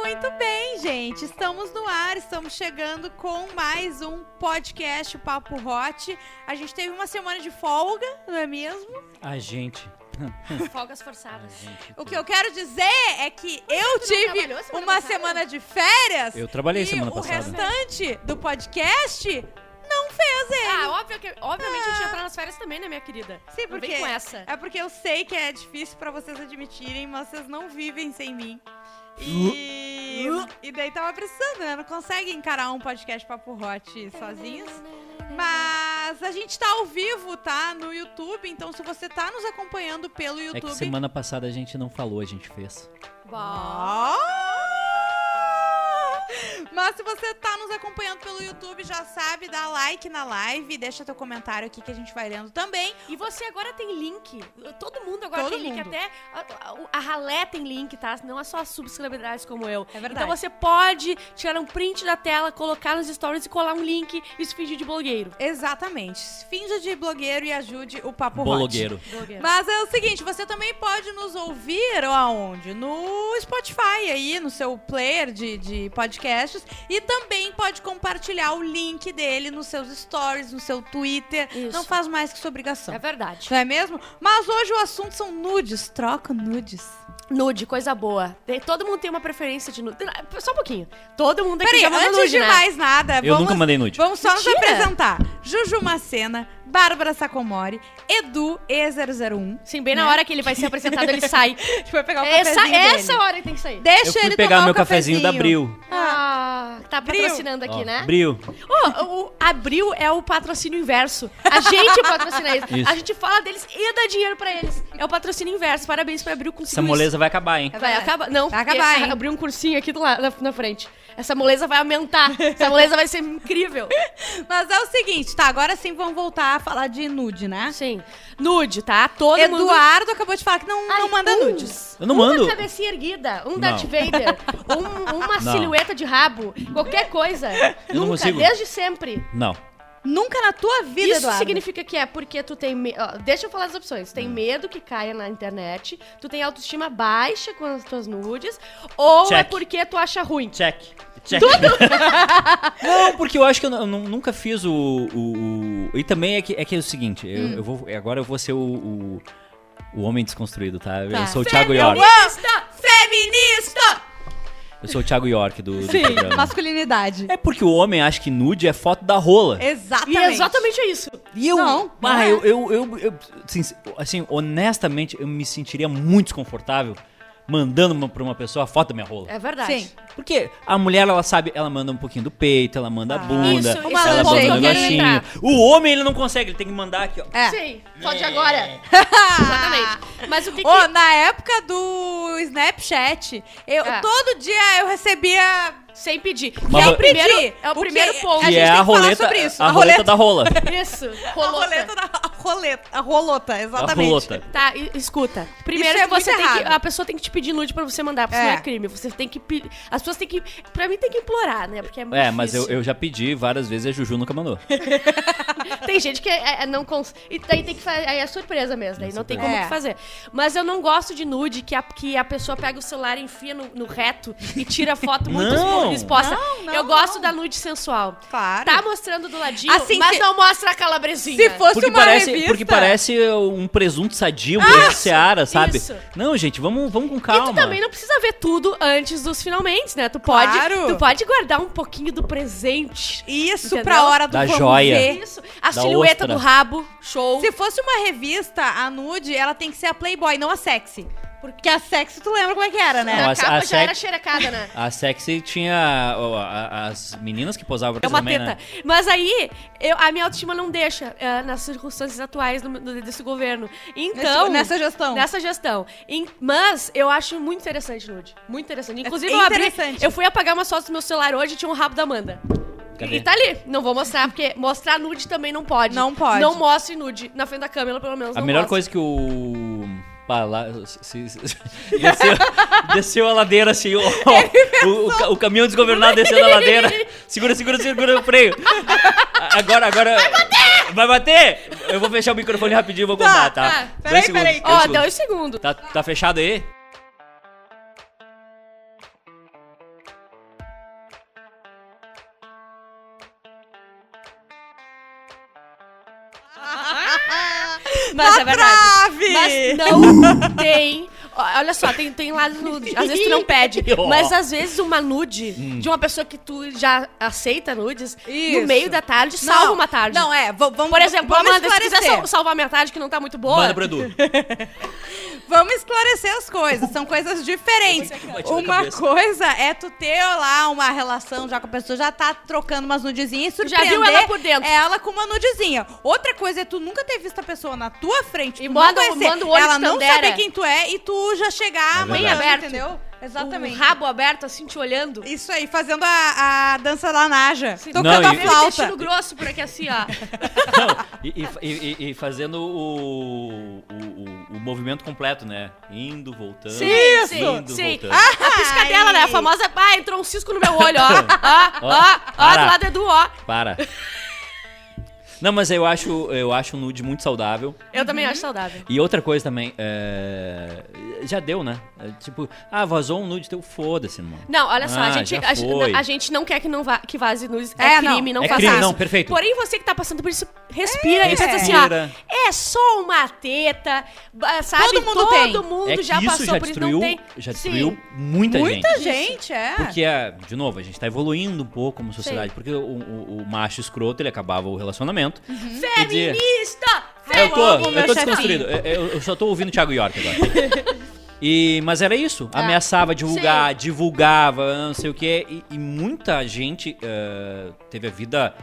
Muito bem, gente. Estamos no ar, estamos chegando com mais um podcast Papo Hot. A gente teve uma semana de folga, não é mesmo? A gente. Folgas a forçadas. gente. O que eu quero dizer é que eu não tive trabalhou semana uma passada? semana de férias Eu trabalhei e semana o passada. restante do podcast não fez ele. Ah, óbvio que, obviamente eu tinha pra nas férias também, né, minha querida? Sim, Não porque vem com essa. É porque eu sei que é difícil pra vocês admitirem, mas vocês não vivem sem mim. E, e daí tava precisando, né? Não consegue encarar um podcast Papo Hot sozinhos. Mas a gente tá ao vivo, tá? No YouTube, então se você tá nos acompanhando pelo É que YouTube. semana passada a gente não falou, a gente fez. Bah. Ah! Mas se você tá nos acompanhando pelo YouTube, já sabe, dá like na live, deixa teu comentário aqui que a gente vai lendo também. E você agora tem link. Todo mundo agora Todo tem link. mundo. Até a, a- a ralé tem link, tá? Não é só subcelebridades como eu. É verdade. Então você pode tirar um print da tela, colocar nos stories e colar um link e se fingir de blogueiro. Exatamente. Finja de blogueiro e ajude o Papo Hot. Bologueiro. Blogueiro. Mas é o seguinte, você também pode nos ouvir aonde? No Spotify aí, no seu player de, de podcasts. E também pode compartilhar o link dele nos seus stories, no seu Twitter. Isso. Não faz mais que sua obrigação. É verdade. Não é mesmo? Mas hoje o assunto são nudes. Troca nudes. Nude, coisa boa. Tem- Todo mundo tem uma preferência de nude. Só um pouquinho. Todo mundo aqui Peraí, já mandou antes nude, de né? mais nada, Eu É, vamos, nunca mandei nude. vamos só nos Mentira. apresentar. Juju Macena, Bárbara Sacomori, Edu E001. Sim, bem na hora que ele vai ser apresentado, ele sai. A gente vai pegar o Essa, cafezinho dele. essa hora ele tem que sair. Deixa Eu fui ele pegar tomar meu o cafezinho, cafezinho da Bril. Ah, tá Bril. patrocinando aqui, Ó, né? Bril. Ô, o Abril é o patrocínio inverso. A gente patrocina eles. Isso. A gente fala deles e dá dinheiro pra eles. É o patrocínio inverso. Parabéns pra Abril conseguir Essa moleza vai acabar, hein? É Vai verdade. acabar. Não, Vai porque acabar, hein? Abriu um cursinho aqui do lado, na, na frente. Essa moleza vai aumentar. Essa moleza vai ser incrível. Mas é o seguinte, tá? Agora sim vamos voltar a falar de nude, né? Sim. Nude, tá? Todo mundo. Eduardo acabou de falar que não, Ai, não manda um- nudes. Eu não uma mando. cabecinha erguida, um Não. Darth Vader, um- uma Não. silhueta de rabo, qualquer coisa. Eu Nunca, não consigo. desde sempre. Não. Nunca na tua vida, Isso Eduardo. significa que é porque tu tem. Me... ó, deixa eu falar as opções. Tem medo que caia na internet, tu tem autoestima baixa com as tuas nudes, ou é Check. porque tu acha ruim. Check. Check. não, porque eu acho que eu, n- eu nu- nunca fiz o, o- o- E também é que é, que é o seguinte, Hum. eu, eu vou, agora eu vou ser o, o, o homem desconstruído, tá? Tá. Eu sou o Thiago York. Feminista! Feminista! Eu sou o Thiago York do, do Sim, programa. masculinidade. É porque o homem acha que nude é foto da rola. Exatamente. E exatamente é isso. E eu, Não, não ah, é. eu, eu, eu, eu- sin- assim, honestamente, eu me sentiria muito desconfortável mandando uma, pra uma pessoa a foto da minha rola. É verdade. Sim. Porque a mulher, ela sabe, ela manda um pouquinho do peito, ela manda a bunda, Isso, isso é ela um ponto que manda eu o quero ganchinho. entrar. O homem, ele não consegue, ele tem que mandar aqui, ó. É. Sim, pode Né. agora. Exatamente. Mas o que, que- Ô, na época do Snapchat, eu, É. todo dia eu recebia... Sem pedir. Mas Que é o ro- primeiro, é o que- primeiro ponto. a Que gente é tem a que falar roleta, sobre isso. a A roleta da rola. Isso. A rolota. roleta, da- a roleta, a rolota, A exatamente. rolota. Tá, e- escuta. Primeiro Isso é que você muito tem que. errado. A pessoa tem que te pedir nude pra você mandar, porque isso É. não é crime. Você tem que. pe- As pessoas têm que. Pra mim tem que implorar, né? Porque é muito É, mas eu, difícil. eu já pedi várias vezes e a Juju nunca mandou. Tem gente que é, é, não cons... E daí tem que fazer. Aí é surpresa mesmo, daí É não tem surpresa. como É. que fazer. Mas eu não gosto de nude que a, que a pessoa pega o celular, enfia no, no reto e tira foto muito Não. expo- exposta. Não, não, eu gosto não. da nude sensual. Claro. Tá é. mostrando do ladinho, Assim, mas se- não mostra a calabresinha. Se fosse Porque uma parece, revista... porque parece um presunto sadio, um presunto Seara, sabe? Ah, isso. Não, gente, vamos, vamos com E calma. tu também não precisa ver tudo antes dos finalmente, né? Tu pode, Claro. tu pode guardar um pouquinho do presente. Isso Entendeu? pra hora do Da vamos joia. ver. Isso. A Da silhueta ostra. do rabo, show. Se fosse uma revista, a nude, ela tem que ser a Playboy, não a sexy. Porque a sexy, tu lembra como é que era, né? Não, Na a- capa a já era sec- xerecada, né? A sexy tinha ó, a- as meninas que posavam pra É uma também, teta. né? Mas aí, eu- a minha autoestima não deixa é, nas circunstâncias atuais do- do- desse governo. Então. Nesse- nessa gestão. Nessa gestão. Em- mas eu acho muito interessante, Nude. Muito interessante. Inclusive, É eu abri. interessante. Eu fui apagar umas fotos do meu celular hoje e tinha um rabo da Amanda. né? Cadê? E tá ali. Não vou mostrar, porque mostrar nude também não pode. Não pode. Não mostre nude. Na frente da câmera, pelo menos. A não melhor mostre. coisa que o. Pá, lá, se- se- desceu, desceu a ladeira assim, ó, o, o, ca- o caminhão desgovernado descendo a ladeira. Segura, segura, segura o freio. A- Agora, agora. Vai bater? Eu vou fechar o microfone rapidinho e vou contar, tá? tá. Dois Peraí, segundos, peraí. dois Ó, segundos. deu um segundo. Tá, tá fechado aí? Mas Na é verdade. trave! Mas não tem. Ó, Olha só, tem, tem lá nude. Às vezes tu não pede. Ó. Mas às vezes uma nude de uma pessoa que tu já aceita nudes, Hum. Isso. no meio da tarde, salva uma tarde. Não, é, v- vamos, Por exemplo, vamos Amanda, se quiser esclarecer. sal- salvar minha tarde, que não tá muito boa. Manda pro Edu. Vamos esclarecer as coisas, são coisas diferentes. Bate na Uma cabeça. coisa é tu ter lá uma relação já com a pessoa, já tá trocando umas nudezinhas e Já surpreender viu ela por dentro. ela com uma nudezinha. Outra coisa é tu nunca ter visto a pessoa na tua frente. E tu manda- um- não conhecer, manda o olho Ela de não Tandera. saber quem tu é e tu já chegar É amanhã, verdade. entendeu? O Exatamente. rabo aberto, assim, te olhando. assim, Isso aí, fazendo a, a dança da Naja. Sim. Tocando Não, a Ah, e- Ele flauta. intestino grosso por aqui, assim, ó. Não, e, e- e- e- e fazendo o, o, o- o movimento completo, né? Indo, voltando. Sim, sim, indo, sim. voltando. Ah, a piscadela, né? A famosa, ah, entrou um cisco no meu olho, ó. Ó, ó, ó, do para. lado do Edu, ó. Para. Não, mas eu acho, eu acho o nude muito saudável. Uhum. Eu também acho saudável. E outra coisa também, é... já deu, né? É, tipo, ah, vazou um nude teu, foda-se, irmão. Não, olha só, a, Ah, gente, já a, gente- foi. a gente não quer que, não vá, que vaze luzes. É, É, não. crime, não, é faça crime, isso. não, perfeito. Porém, você que tá passando por isso, respira e pensa assim, Respira. ó. É só uma teta, ba- sabe? Todo mundo tem. Todo mundo é que já isso passou já por isso, destruiu, não tem. já Sim. destruiu muita, Muita gente. gente, é. Porque, é, de novo, a gente tá evoluindo um pouco como sociedade. Porque o, o- o macho escroto, ele acabava o relacionamento. Uhum. E dizia, Feminista! É, Eu amo tô, meu eu tô chefinho. desconstruído. É, Eu, eu- eu só tô ouvindo o Thiago York agora. E, mas era isso. Tá. Ah, Ameaçava divulgar, divulgava, não sei o quê. E, e muita gente eh, teve a vida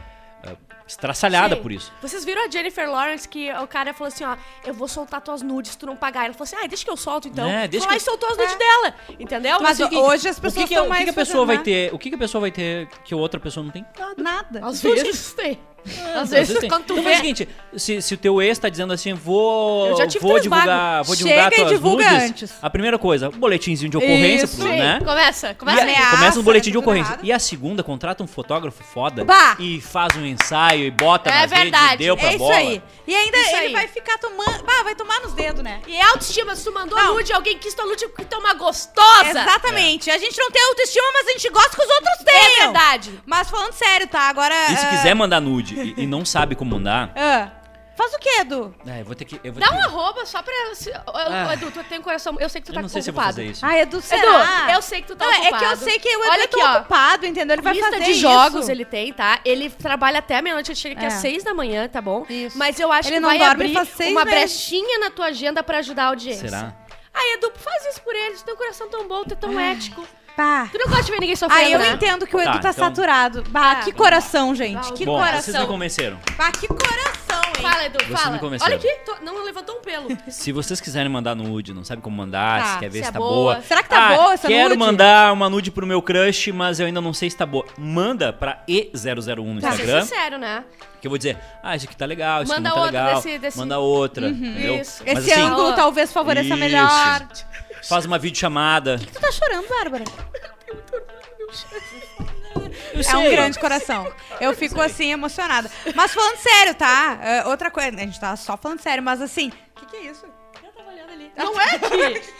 eh, estraçalhada Sim. por isso. Vocês viram a Jennifer Lawrence que o cara falou assim, ó, eu vou soltar tuas nudes, se tu não pagar. Ela falou assim, ah, deixa que eu solto então. É, deixa Foi lá que e soltou as nudes dela, entendeu? Mas o que- hoje as O assim, pessoas que que, a- estão o que mais que a fazendo, pessoa vai né? ter? O que, que a pessoa vai ter que outra pessoa não tem? Nada. Às Vezes. vezes tem. Às Às vezes vezes, tem. quando tu então vê... faz o seguinte, se, se o teu ex tá dizendo assim, vou, Eu já tive vou três divulgar, vagos. vou divulgar Chega e tuas divulga nudes, antes. a primeira coisa, boletimzinho de ocorrência, Isso. pro- Sim, né? começa, E começa aí, aí. ameaça, começa um boletim é de tudo ocorrência. errado. E a segunda, contrata um fotógrafo foda Bah! e faz um ensaio e bota É nas redes e verdade. deu pra é isso bola. aí. E ainda Isso ele aí. vai ficar tomando. Ah, vai tomar nos dedos, né? E autoestima, se tu mandou Não. nude, alguém quis tua nude porque tu é uma gostosa. Exatamente. É. A gente não tem autoestima, mas a gente gosta que os outros tenham. É verdade. Mas falando sério, tá? Agora. E se ah, quiser mandar nude e, e não sabe como mandar, ah, faz o quê, Edu? ah, eu vou ter que. Eu vou Dá ter um que- arroba só pra... se- Ô, Ah. Edu, tu tem um coração... Eu sei que tu Eu tá não sei se eu vou ocupado. fazer isso. Ah, Edu, será? Edu, eu sei que tu tá Não, ocupado. É que eu sei que o Edu Olha tá aqui, ó. ocupado, entendeu? Ele vai lista fazer de isso. jogos ele tem, tá? Ele trabalha até a meia-noite, ele chega aqui É. às seis da manhã, tá bom? Isso. Mas eu acho Ele que não vai dorme abrir faz seis uma meses. brechinha na tua agenda pra ajudar a audiência. Será? Ah. Aí, Edu, faz isso por eles. Tu tem um coração tão bom, tu é tão ético. Tá. Tu não gosta de ver ninguém sofrendo, Ah, eu né? entendo que o Tá, Edu tá, então- saturado. Bah, Ah. que coração, gente. Bom, Que Bom, vocês me coração. convenceram. Bah, que coração, hein? Fala, Edu, Vocês fala. me convenceram. Olha aqui, tô- não levantou um pelo. Se vocês quiserem mandar nude, não sabe como mandar, Tá, se quer ver se se, é tá boa. boa. Será que tá ah, boa essa Quero nude? mandar uma nude pro meu crush, mas eu ainda não sei se tá boa. Manda pra E001 no Pra ser Instagram, sincero, né? que eu vou dizer, ah, isso aqui tá legal, isso Manda aqui não tá outra legal. desse- desse- Manda outra, entendeu? Isso. Mas Esse assim, ângulo Ó. talvez favoreça Isso. melhor. faz uma videochamada. Tu tá chorando, Bárbara? Eu É um sei. grande coração. Eu fico assim emocionada. Mas falando sério, tá? É, outra coisa, a gente tava só falando sério, mas assim, o que, que é isso? Eu tava olhando ali. Não é aqui. é Te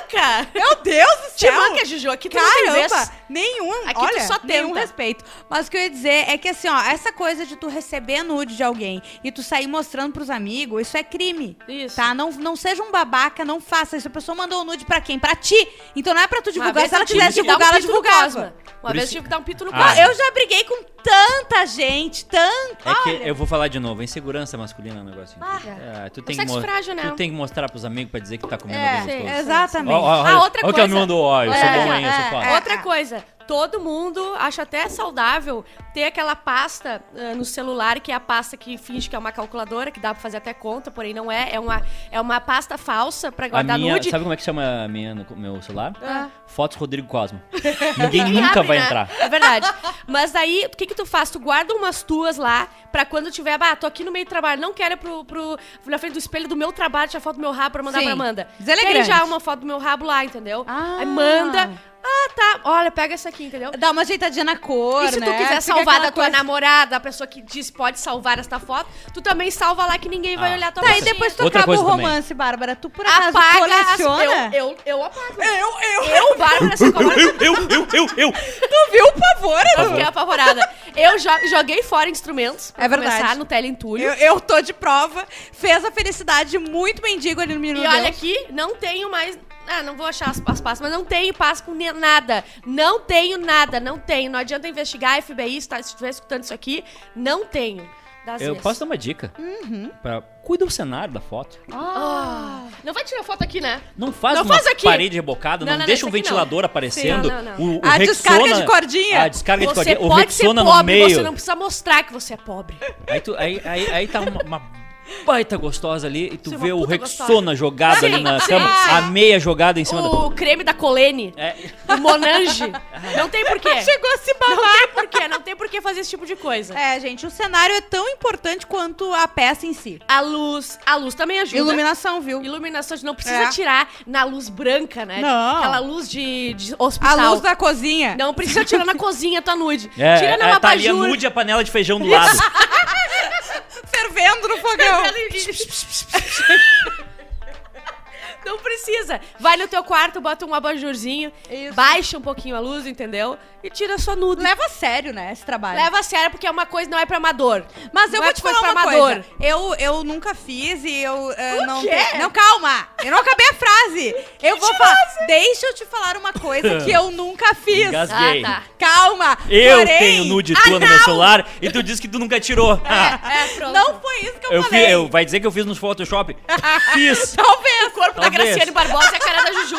manca. Meu Deus do Te céu! manca, Juju. Aqui Tipo tu não tem Caramba, vez. nenhum, Aqui tu olha, só nenhum tenta. respeito. Mas o que eu ia dizer é que assim, ó, essa coisa de tu receber nude de alguém e tu sair mostrando pros amigos, isso é crime. Isso. Tá? Não, não seja um babaca, não faça isso. A pessoa mandou o nude pra quem? Pra ti. Então não é pra tu divulgar. vez Se ela eu tive quisesse que dar um divulgar, ela pito no divulgava. Cosma. Uma Por vez eu isso- tive que dar um pito no Ah, Cosma. Eu já briguei com tanta gente, tanta. É que eu vou falar de novo, a insegurança masculina é um negócio. Ah, é, tu o tem que sexo mo- frágil, né? Tu tem que mostrar pros amigos pra dizer que tá comendo É, alguém sim. gostoso. É, exatamente. Ó, ó, Ah, outra ó, que ela me coisa. mandou, ó, eu sou É, bom, hein, eu sou é, foda. é. Outra coisa, todo mundo acha até saudável ter aquela pasta ah, no celular, que é a pasta que finge que é uma calculadora, que dá pra fazer até conta, porém não é. É uma, é uma pasta falsa pra A guardar minha, nude. sabe como é que chama a minha no meu celular? Ah. Fotos Rodrigo Cosmo. Ninguém Ninguém nunca abre, vai né? entrar. É verdade. Mas daí, o que que tu faz? Tu guarda umas tuas lá, pra quando tiver, bah, tô aqui no meio do trabalho, não quero ir pro, pro, na frente do espelho do meu trabalho, tirar foto do meu rabo pra mandar Sim. pra Amanda. Deselegante. Tem já uma foto do meu rabo lá, entendeu? Ah. Aí manda... Ah, tá. Olha, pega essa aqui, entendeu? Dá uma ajeitadinha na cor, E se né? tu quiser Fica salvar aquela da tua coisa- namorada, a pessoa que diz pode salvar esta foto, tu também salva lá que ninguém vai Ah. olhar tua Tá, e fotinha. depois tu Outra acaba o coisa também. romance, Bárbara. Tu por acaso apaga as- coleciona? Eu, eu, eu apago. Eu, eu. Eu, Bárbara, você coloca. Eu, eu, eu, eu, eu. Tu viu o pavor? Eu fiquei apavorada. Eu jo- joguei fora instrumentos. pra É verdade. Começar no teleentulho. Eu, eu tô de prova. Fez a felicidade de muito mendigo ali no Minuto. E olha Deus. aqui, não tenho mais. Ah, não vou achar as, as passas, mas não tenho paz com ne- nada. Não tenho nada, não tenho. Não adianta investigar, FBI, se tá- se estiver escutando isso aqui, não tenho. Das Eu minhas. posso dar uma dica? Uhum. Pra- Cuida o cenário da foto. Ah, não vai tirar foto aqui, né? Não faz Não uma faz aqui. parede rebocada, Não, não, não, não, deixa um isso aqui ventilador aparecendo. Sim, não, não, Ah, não. O, o A descarga Rexona- de cordinha. A descarga de Você cordinha. O pode ser Rexona no pobre, meio. você não precisa mostrar que você é pobre. Aí, tu- aí, aí, aí tá uma, uma baita gostosa ali e tu Sim, é uma vê o puta Rexona gostosa. jogado ali na Sim, cama, sim. a meia jogada em cima da. O creme da Colene, É, o Monange. Não tem porquê. Chegou a se babar. Não tem porquê, não tem porquê fazer esse tipo de coisa. É, gente, o cenário é tão importante quanto a peça em si. A luz, a luz também ajuda. Iluminação, viu? é Iluminação, a gente não precisa É. tirar na luz branca, né? Não. Aquela luz de, de A hospital. luz da cozinha. Não precisa tirar na cozinha, tá nude. é, Tira na é, tá ali a abajur. nude e a panela de feijão do lado. Tá Fervendo no fogão. Não precisa. Vai no teu quarto, bota um abajurzinho, Isso. baixa um pouquinho a luz, entendeu? E tira a sua nude. Leva a sério, né, esse trabalho. Leva a sério, porque é uma coisa não é pra amador. Mas eu Não vou é te falar pra uma amador. coisa. Eu, eu nunca fiz e eu eh, não. quê? tipo te- Não, calma! Eu não acabei a frase! eu vou falar. Deixa eu te falar uma coisa que eu nunca fiz. Engasguei. Ah, tá. Calma! Eu porém- tenho nude Ah, tua no meu não! celular e tu disse que tu nunca tirou. Ah, É, pronto. Não foi isso que eu, eu fi- falei. eu- vai dizer que eu fiz no Photoshop? Fiz. Talvez. O corpo Da Talvez. Graciane Barbosa e a cara da Juju.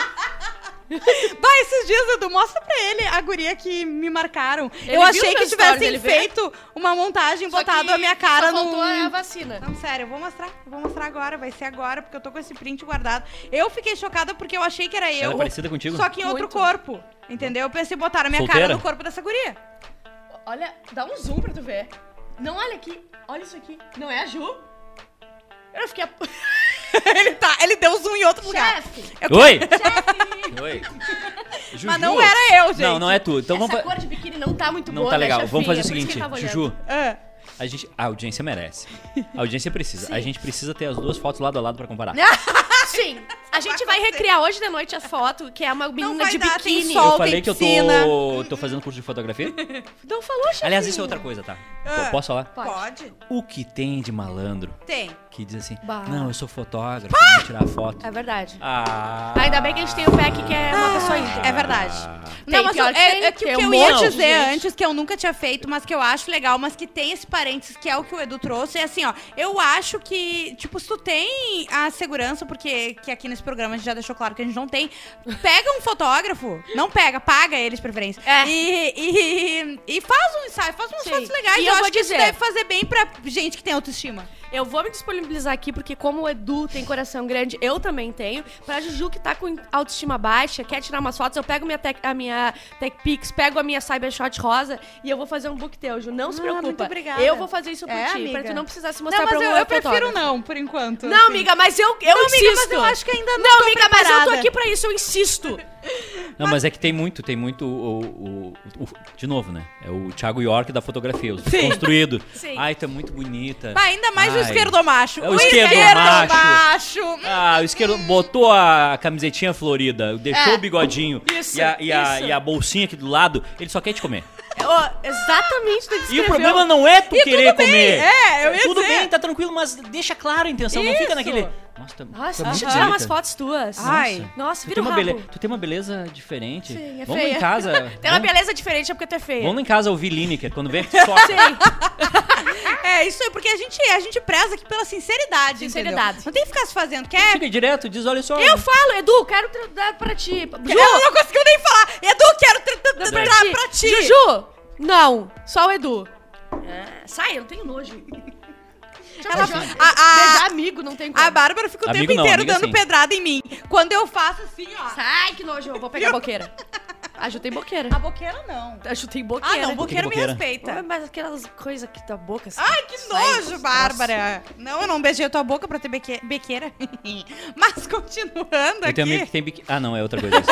Vai, esses dias, Edu, mostra pra ele a guria que me marcaram. Ele eu viu achei que meus stories, tivessem ele vê? feito uma montagem, Só botado que a minha cara só faltou no. a vacina. Não, sério, eu vou mostrar. Eu vou mostrar agora, vai ser agora, porque eu tô com esse print guardado. Eu fiquei chocada porque eu achei que era eu. Ela é parecida contigo? Só que em outro Muito. corpo. Entendeu? Eu pensei, botaram a minha Solteira? cara no corpo dessa guria. Olha, dá um zoom pra tu ver. Não, olha aqui. Olha isso aqui. Não é a Ju? Eu fiquei... ap- ele, tá, ele deu zoom em outro lugar. Chefe! Oi! Oi. Mas não era eu, gente. Não, não é tu. Então essa vamos. fa- cor de biquíni não tá muito Não boa, tá né, legal. chefinha? Vamos fazer o Por isso seguinte, que ele tava olhando. Juju. Ah. A, gente, a audiência merece. A audiência precisa. A gente precisa ter as duas fotos lado a lado pra comparar. Sim, a gente vai recriar hoje de noite a foto, que é uma menina vai de dar, tem biquíni. sol. Eu Volta falei em que eu piscina. tô, tô fazendo curso de fotografia. Não falou, chefe. Aliás, isso é outra coisa, tá? Ah. P- Posso falar? Pode? O que tem de malandro Tem. que diz assim, Bah. não, eu sou fotógrafo, eu vou tirar foto. É verdade. Ah, Ainda bem que a gente tem o PEC, que é uma pessoa íntegra. É verdade. Tem, não, mas pior eu- que é, tem, é que o que tem eu um ia monte de dizer gente. antes, que eu nunca tinha feito, mas que eu acho legal, mas que tem esse parênteses, que é o que o Edu trouxe, é assim, ó, eu acho que, tipo, se tu tem a segurança, porque que aqui nesse programa a gente já deixou claro que a gente não tem, pega um fotógrafo, não pega, paga eles de preferência, É. e, e, e faz um ensaio, faz umas Sim. fotos legais, E eu, eu vou acho que isso dizer- deve fazer bem pra gente que tem autoestima. Eu vou me disponibilizar aqui, porque como o Edu tem coração grande, eu também tenho. Pra Juju que tá com autoestima baixa, quer tirar umas fotos, eu pego minha tec, a minha TechPix, pego a minha Cybershot rosa e eu vou fazer um book teu, Ju. Não se Ah, preocupa. muito obrigada. Eu vou fazer isso por É, ti, amiga? pra tu não precisar se Não, mostrar mas pra eu, um eu prefiro fotógrafo. não, por enquanto. Não, assim. amiga, mas eu, eu Não, insisto. amiga, mas eu acho que ainda não tô amiga, mas eu tô preparada. aqui pra isso, eu insisto. Não, mas é que tem muito, tem muito o, o- o- o- de novo, né? É o Thiago York da fotografia, os Sim. construído. Sim. Ai, tá muito bonita. Pá, ainda mais o Ai. esquerdomacho. É o esquerdomacho. esquerdomacho. Ah, o esquerdo botou a camisetinha florida, deixou É. o bigodinho Isso, e, a, e, a, isso. e a bolsinha aqui do lado, ele só quer te comer. Ó, exatamente, tu E descreveu. o problema não é tu querer tudo bem, comer. é, eu ia Tudo dizer. bem, tá tranquilo, mas deixa claro a intenção, não Isso. ah, fica naquele. Nossa, tá, Nossa, tá deixa eu muito tirar bonita. umas fotos tuas. Ai. Nossa, Tu vira tem, o uma rabo. bele- tu tem uma beleza diferente. Sim, é Vamos lá em feia. casa. Tem uma vamos, beleza diferente, é porque tu é feia. vamos lá em casa ouvir Lineker quando vê que só. Sim. É, isso aí, porque a gente, a gente preza aqui pela sinceridade, Sinceridade. entendeu? Não tem que ficar se fazendo, quer? Chega direto, diz, olha só. Eu falo, Edu, quero tra- dar pra ti. Ju, Ela não conseguiu nem falar. Edu, quero tra- tra- tra- pra tra- ti. pra ti. Juju, não, só o Edu. Ah, sai, eu não tenho nojo. Deixa eu Ela- beijar- a- a- beijar amigo, não tem como. A Bárbara fica o Amigo tempo não, inteiro amiga dando sim. pedrada em mim. Quando eu faço assim, ó. Sai, que nojo, eu vou pegar a boqueira. Ajudei Ah, boqueira. A boqueira não. Ajudei Ah, boqueira. não, boqueira me boqueira? respeita. Ué, Mas aquelas coisas que da boca assim. Ai, que sai- nojo, Bárbara. Não, eu não beijei a tua boca pra ter beque- bequeira. Mas continuando Eu aqui. tenho amigo que tem biqui... Ah, não, é outra coisa. isso.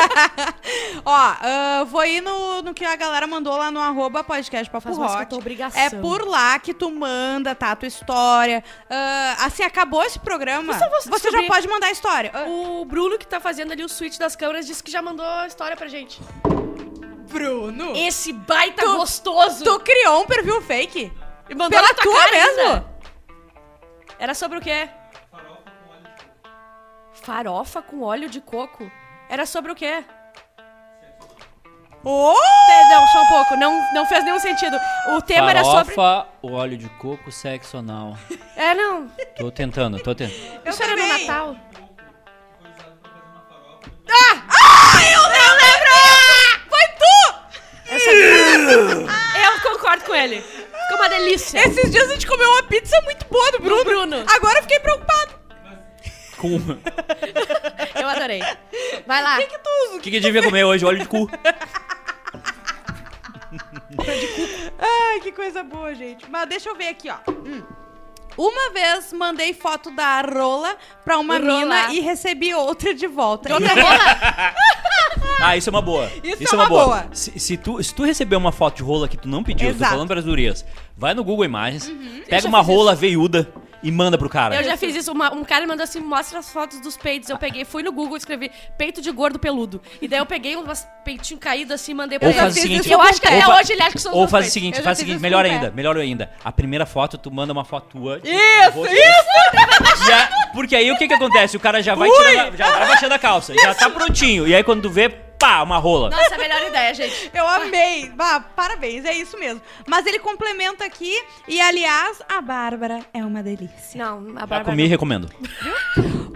Ó, ah, vou ir no, no que a galera mandou lá no arroba podcast Papo Faz mais que eu Hot. tô obrigação. É por lá que tu manda, tá? A tua história. Ah, assim, acabou esse programa. Você, já descobrir. pode mandar a história. Ah, O Bruno que tá fazendo ali o switch das câmeras disse que já mandou a história pra gente. Bruno, Esse baita Tu- gostoso! tu criou um perfil fake? E mandou Pela na tua, tua cara mesmo? ainda. Era sobre o quê? Farofa com óleo de coco. Era sobre o quê? Oh! Perdão, só um pouco. Não, não fez nenhum sentido. O tema É, era sobre. Farofa, óleo de coco, sexo anal. É, não. Tô tentando, tô tentando. Eu Isso era no também. Natal. Foi Tá. tu! Eu concordo com ele. Ficou uma delícia. Esses dias a gente comeu uma pizza muito boa do Bruno. Bruno. Agora eu fiquei preocupado. Com... Eu adorei. Vai lá. O que tu usa? O que, que eu devia comer hoje? Óleo de cu. Ai, que coisa boa, gente. Mas deixa eu ver aqui, ó. Hum. Uma vez mandei foto da rola pra uma Rola. mina e recebi outra de volta. Outra rola? Ah, isso é uma boa. Isso é uma boa. Se, se tu, se tu receber uma foto de rola que tu não pediu, Exato. tô falando pras gurias, vai no Google Imagens, Uhum. Eu pega já uma fiz rola veiúda e manda pro cara. Eu já fiz isso. Uma- um cara me mandou assim: mostra as fotos dos peitos. Eu peguei, fui no Google, escrevi peito de gordo peludo. E daí eu peguei umas peitinho caído assim, mandei pra Ou ele. faz o fiz seguinte, isso eu acho que ou até fa- hoje ele acha que são os Ou meus faz o peitos. seguinte, Eu já faz o fiz seguinte, isso melhor com o ainda, pé. melhor ainda. A primeira foto tu manda uma foto tua. tipo, Isso, isso! Já- porque aí o que que acontece? O cara já vai tirando, a- já vai baixando a calça, já tá prontinho. E aí quando tu vê, pá, uma rola. Nossa, é a melhor ideia, gente. Eu amei. Bah, parabéns, é isso mesmo. Mas ele complementa aqui e, aliás, a Bárbara é uma delícia. Não, a Já Bárbara comi e recomendo.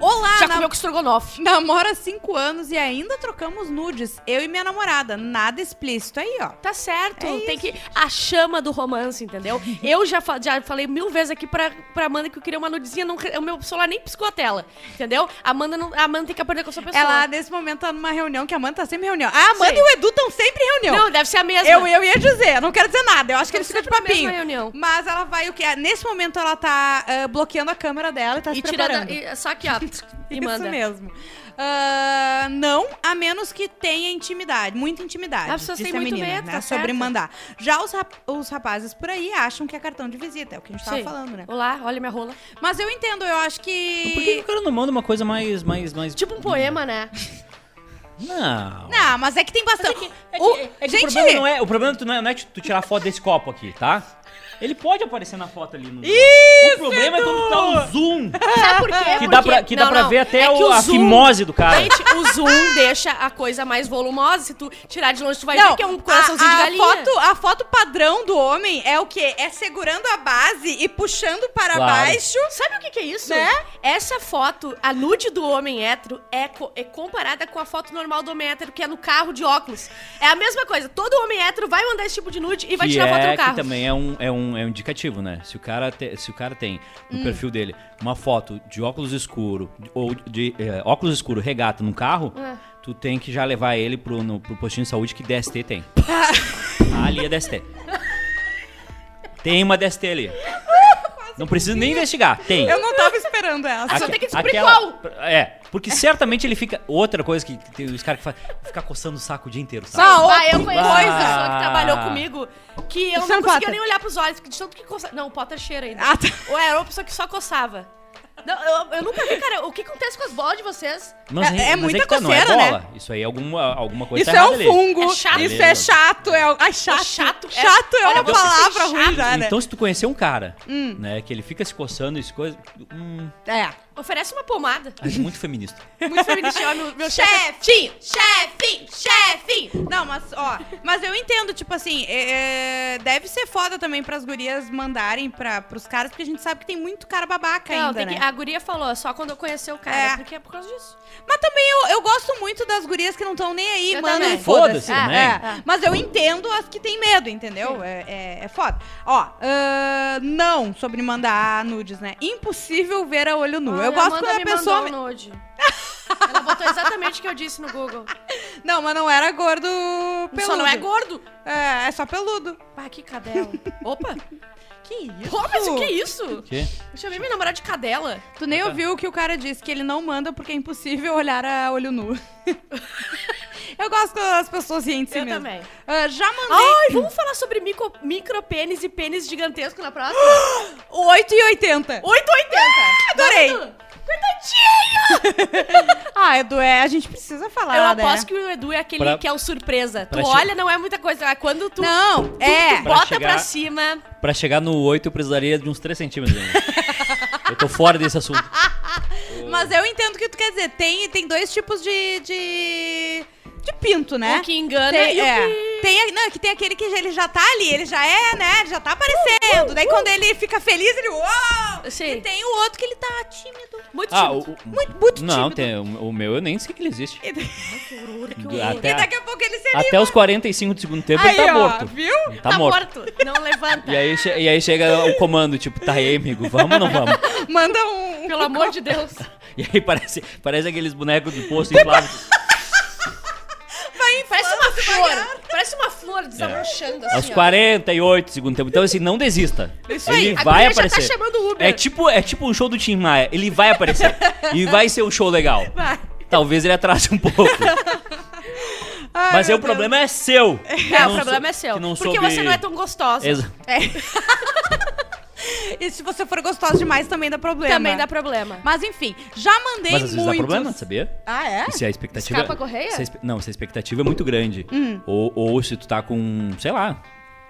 Olá, Ah, não. Já na- comeu com estrogonofe. namoro há cinco anos e ainda trocamos nudes. Eu e minha namorada. Nada explícito aí, ó. Tá certo, É tem que. A chama do romance, entendeu? Eu já, fa- já falei mil vezes aqui pra, pra Amanda que eu queria uma nudezinha, não, re- o meu celular nem piscou a tela, entendeu? A Amanda, não, a Amanda tem que aprender com a sua pessoa. Ela, nesse momento, tá numa reunião, que a Amanda tá sempre em reunião. A Amanda Sim. e o Edu estão sempre em reunião. Não, deve ser a mesma. Eu, eu ia dizer, não quero dizer nada. Eu acho que ele fica de sempre na mesma papinho. reunião. Mas ela vai o quê? Nesse momento ela tá ah, bloqueando a câmera dela e tá se e preparando. tirando. E, só aqui, ó. E Isso manda. mesmo. Ah, não, a menos que tenha intimidade, muita intimidade. As pessoas Disse têm a muito menina, medo, né? tá Sobre certo. mandar. Já os, rap- os rapazes por aí acham que é cartão de visita, é o que a gente tava Sim. falando, né? Olá, olha minha rola. Mas eu entendo, eu acho Por que, que que. o cara não manda uma coisa mais. mais, mais... Tipo um poema, né? Não. Não, mas é que tem bastante. O, O- é que gente, o problema não é, o problema tu não é, não é tu tirar foto desse copo aqui, tá? Ele pode aparecer na foto ali no. o problema é quando tu dá um zoom. Sabe por quê? Que dá É Porque- pra, que dá Não, pra não. ver até É que o- a zoom- fimose do cara. Gente, o zoom deixa a coisa mais volumosa. Se tu tirar de longe, tu vai ver que é um coraçãozinho a, de a galinha. Foto, a foto padrão do homem é o quê? É segurando a base e puxando para Claro. baixo. Sabe o que, que é isso? Né? Essa foto, a nude do homem hétero, é, co- é comparada com a foto normal do homem hétero, que é no carro de óculos. É a mesma coisa. Todo homem hétero vai mandar esse tipo de nude e vai que tirar é, foto no carro. Que também é um, é, um, é um indicativo, né? Se o cara, te- se o cara tem no Hum. perfil dele uma foto de óculos escuro ou de eh, óculos escuro regata num carro, É. tu tem que já levar ele pro, no- pro postinho de saúde que DST tem. ali é DST. Tem uma DST ali. Não precisa nem investigar, tem. Eu não tava esperando essa. só Aque- tem que descobrir É, porque certamente ele fica. Outra coisa que, que tem os caras que fazem. Ficar coçando o saco o dia inteiro, sabe? Ah, Bah, outra eu conheço uma coisa. pessoa que trabalhou comigo que eu Isso é um não conseguia Potter. nem olhar pros olhos, porque de tanto que coçava. Não, o Potter cheira ainda. Ah, tá. Ou era uma pessoa que só coçava. Não, eu, eu nunca vi, cara. O que acontece com as bolas de vocês? Mas É- aí- é mas muita aí que tá, não é coceira, né? bola. Isso aí é alguma, alguma coisa Isso tá é errada um ali. fungo, É chato. isso é Beleza. chato, é, ai, chato. É chato, é- Chato é, uma Olha, você ser palavra ruim chato. já, né? Então, se tu conhecer um cara, Hum. né, que ele fica se coçando e se coisa. Hum, É. Oferece uma pomada. é muito feminista. Muito feminista. ó, Meu, meu chefe. Chefinho, chefinho, chefinho. Não, mas ó, mas eu entendo, tipo assim, é, é, deve ser foda também pras gurias mandarem pra, pros caras, porque a gente sabe que tem muito cara babaca Não, ainda, tem né? que, a guria falou, só quando eu conheci o cara, É. porque é por causa disso. Mas também eu, eu gosto muito das gurias que não estão nem aí, Eu mano. também. e Foda-se. Foda-se, é, né? é. Mas eu entendo as que têm medo, entendeu? É, é, é foda. Ó, ahn, não sobre Ah, um mandar nudes, né? Impossível ver a olho nu. eu gosto quando a pessoa. me- nude. Ela botou exatamente o que eu disse no Google. Não, mas não era gordo peludo. Só não é gordo. É, é só peludo. Pá, que cadela. Opa. Que isso? Pô, mas o que é isso? Quê? Eu chamei minha namorada de cadela. Tu nem ouviu o que o cara disse, que ele não manda porque é impossível olhar a olho nu. Eu gosto quando as pessoas riem de si Eu mesmo. também. Ah, já mandei... Ai, vamos falar sobre micro, micropênis e pênis gigantesco na próxima? 8 e 80. 880! Ah, adorei. Coitadinho! Ah, Edu, é, a gente precisa falar, Eu né? aposto que o Edu é aquele Pra- que é o surpresa. Tu pra che- olha, não é muita coisa. É quando tu, Não, é. tu bota chegar- pra cima. Pra chegar no 8, eu precisaria de uns 3 centímetros ainda. eu tô fora desse assunto. Mas eu entendo o que tu quer dizer. Tem, tem dois tipos de... De, de pinto, né? O que engana Tem, e o é. que. Tem a- não, é que tem aquele que já- ele já tá ali, ele já é, né? Ele já tá aparecendo. Daí quando ele fica feliz, ele. Uou! Uh, Sim. E tem o outro que ele tá tímido. Muito Ah, tímido. o, Muito, muito não, tímido. tem, o, o meu eu nem sei que ele existe. Que horror, que Do- horror. E até, daqui a pouco ele se até os 45 do segundo tempo Aí, ele tá ó, morto. viu? Ele Tá, morto. Não levanta. E aí, che- e aí chega o comando, tipo, tá aí, amigo, vamos ou não vamos? Manda um. Pelo amor de Deus. E aí parece, parece aqueles bonecos do posto Tipo inflável. Parece uma flor. Parece uma flor desabrochando É. Aos assim. ó. 48 segundo tempo. Então, assim, não desista. Isso ele aí. A vai guria já tá aparecer. chamando o Uber. é tipo é tipo um show do Tim Maia. Ele vai aparecer. e vai ser um show legal. Vai. Talvez ele atrase um pouco. Ai, Mas aí meu o problema é seu. É, o problema é seu. que não Porque soube- você não é tão gostosa. Exa- Deus. E se você for gostosa demais, também dá problema. Também dá problema. Mas enfim, já mandei Mas às vezes dá muitos. problema, sabia? Ah, é? E se a expectativa. Escapa a correia? Hum. se a espe- Não, se a expectativa é muito grande. Ou, ou se tu tá com, sei lá,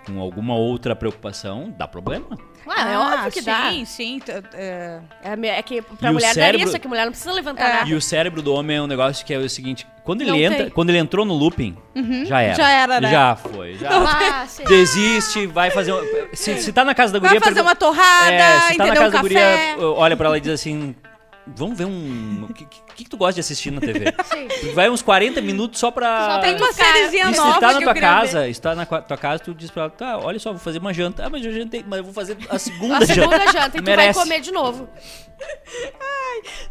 com alguma outra preocupação, dá problema. Ah, é óbvio que sim, dá. Sim, sim. t- é. É, me- é que pra E o mulher daria, cérebro- só que mulher não precisa levantar É. nada. E o cérebro do homem é um negócio que é o seguinte: quando ele Não entra, tem. quando ele entrou no looping, já era. Já era, né? Já foi. Já Ah, sim. Desiste, vai fazer. um- Se, se tá na casa da Vai guria. fazer pergun- uma torrada, É, se tá na entendeu? casa um da café. guria, olha pra ela e diz assim: Vamos ver um. O que, que, que tu gosta de assistir na TV? Vai uns 40 minutos só pra. Só pra Tem uma Cara, sériezinha E nova se tá que na tua eu queria ver. casa, se tá na qua- tua casa, tu diz pra ela, tá, olha só, vou fazer uma janta. Ah, mas eu jantei, mas eu vou fazer a segunda A janta. segunda janta e tu vai Merece. comer de novo.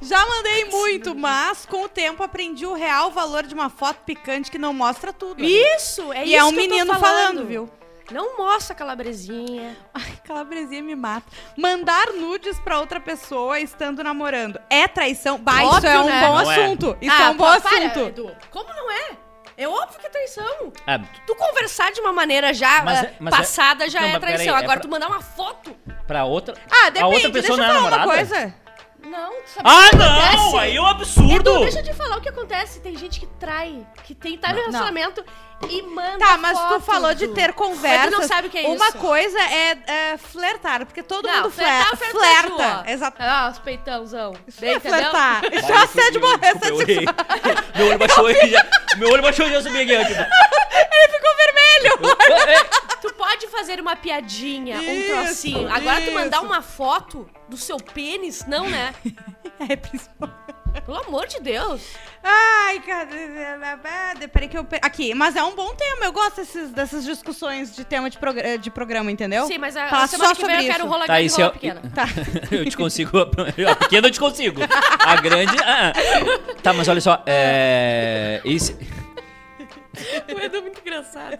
Já mandei muito, mas com o tempo aprendi o real valor de uma foto picante que não mostra tudo. Isso, é E isso é um que eu tô menino falando. falando, viu? Não mostra a calabresinha. Ai, calabresinha me mata. Mandar nudes pra outra pessoa estando namorando é traição? Bah, isso Óbvio, é um né? bom Não é. assunto. Isso é um bom pa- Ah, para, assunto. Edu. Como não é? É óbvio que é traição. Ah, tu- Tu conversar de uma maneira já Mas eh, é- mas é- passada já Não, é mas peraí, traição. é Agora pra- tu mandar uma foto. pra outra. Ah, depende. A outra Deixa eu pessoa não é falar uma namorada? coisa. Não, tu sabe o Ah, que não! acontece? Aí é um absurdo! Então, Edu, deixa eu te falar o que acontece. Tem gente que trai, que tem tá no relacionamento e manda Tá, mas foto, tu falou de Edu. ter conversas. Mas tu não sabe o que é Uma isso. coisa é, é, flertar, porque todo Não, mundo flertar, flerta. flertar, Ju, ó. Exato. Ah, os peitãozão. Isso não é Entendeu? flertar. Isso é Vai, assédio desculpa, morrer. eu errei. Meu olho baixou e já. Meu olho baixou e já subi aqui, ó, tipo. Ele ficou vermelho. Tu pode fazer uma piadinha, um Isso, trocinho. Agora tu mandar isso. uma foto do seu pênis, não, né? É, principalmente. Pelo amor de Deus. Ai, cara. é, Peraí que eu. pe- Aqui, mas é um bom tema. Eu gosto desses- dessas discussões de tema de, progra- eh, de programa, entendeu? Sim, mas a, Fala a semana só que vem sobre eu quero isso. rolar Tá, grande e isso é. rolar pequena. Tá. Eu te consigo. A pequena eu te consigo. A grande. ah, ah. Tá, mas olha só. É. E se, O Edu é muito engraçado.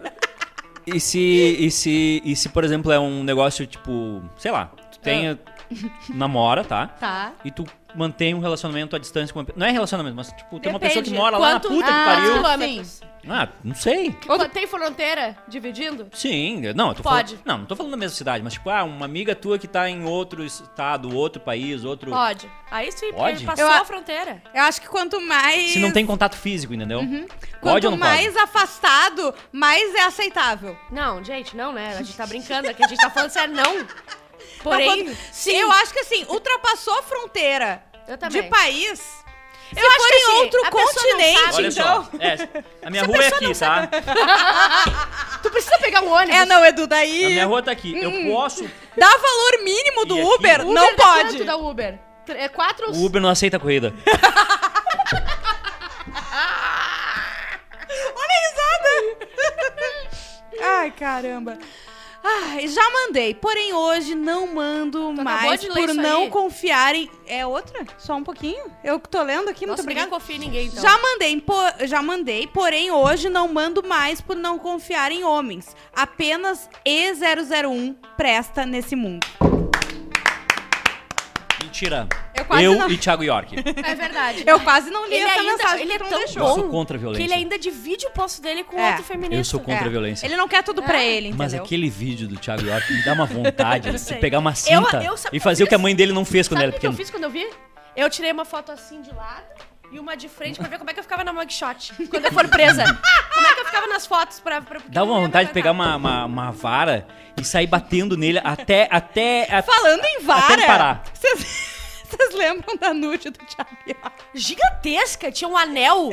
e se. E se. E se, por exemplo, é um negócio tipo. Sei lá. Tu Ah. tem. Namora, tá? Tá. E tu mantém um relacionamento à distância com uma. pe- Não é relacionamento, mas tipo, tem uma pessoa que Depende. mora lá na Quanto- puta Ah, que pariu. Quilômetros. Ah, não sei. Quando Tem fronteira dividindo? Sim, eu- não, eu tô Pode. falando. Não, não tô falando da mesma cidade, mas tipo, ah, uma amiga tua que tá em outro estado, outro país, outro. Pode. Aí sim, porque Pode? passou Eu a- a fronteira. Eu acho que quanto mais. Se não tem contato físico, entendeu? Uhum. Quanto Pode ou não mais pode? afastado, mais é aceitável. Não, gente, não, né? A gente tá brincando aqui, a gente tá falando sério, não. Porém, quando- sim. Eu acho que assim, ultrapassou a fronteira Eu também. de país. Eu acho for que, em assim, outro a pessoa não continente, sabe, Olha então. só. É, a minha rua é aqui, tá? Tu precisa pegar um ônibus. É, não, Edu, A daí. minha rua tá aqui. Uhum. Eu posso. Dá valor mínimo do E aqui? Uber, Uber não dá pode. Quanto da Uber? Tr- É quatro ou O Uber não aceita corrida. Ah! Olha a risada. Ai, caramba. Ah, já mandei, porém hoje não mando acabou mais de ler por isso não aí? confiarem. É outra? Só um pouquinho? Eu que tô lendo aqui, muito Nossa, ninguém obrigada. confia em ninguém, então. Já mandei, po- já mandei, porém hoje não mando mais por não confiar em homens. Apenas E001 presta nesse mundo. Mentira. Eu quase eu não- e Thiago York. É verdade. Eu quase não li Ele essa ainda- mensagem. ele é porque não tão deixou. Eu Bom, sou contra a Que violência. ele é ainda divide o post dele com É. outro feminista. Eu sou contra a violência. Ele não quer tudo pra É. ele, entendeu? Mas aquele vídeo do Thiago York me dá uma vontade de sei. pegar uma Eu- cinta eu- sabe e o que fazer eu o que a fiz? mãe dele não fez quando é Sabe era o que eu pequeno. fiz quando eu vi? Eu tirei uma foto assim de lado e uma de frente pra ver como é que eu ficava na mugshot quando eu for presa. como é que eu ficava nas fotos pra. pra Dá uma pra- vontade de pra- pegar uma, uma, uma vara e sair batendo nele até. até, até Falando em Até ele vara, parar. vocês vocês lembram da nude do Thiago York? Gigantesca, tinha um anel.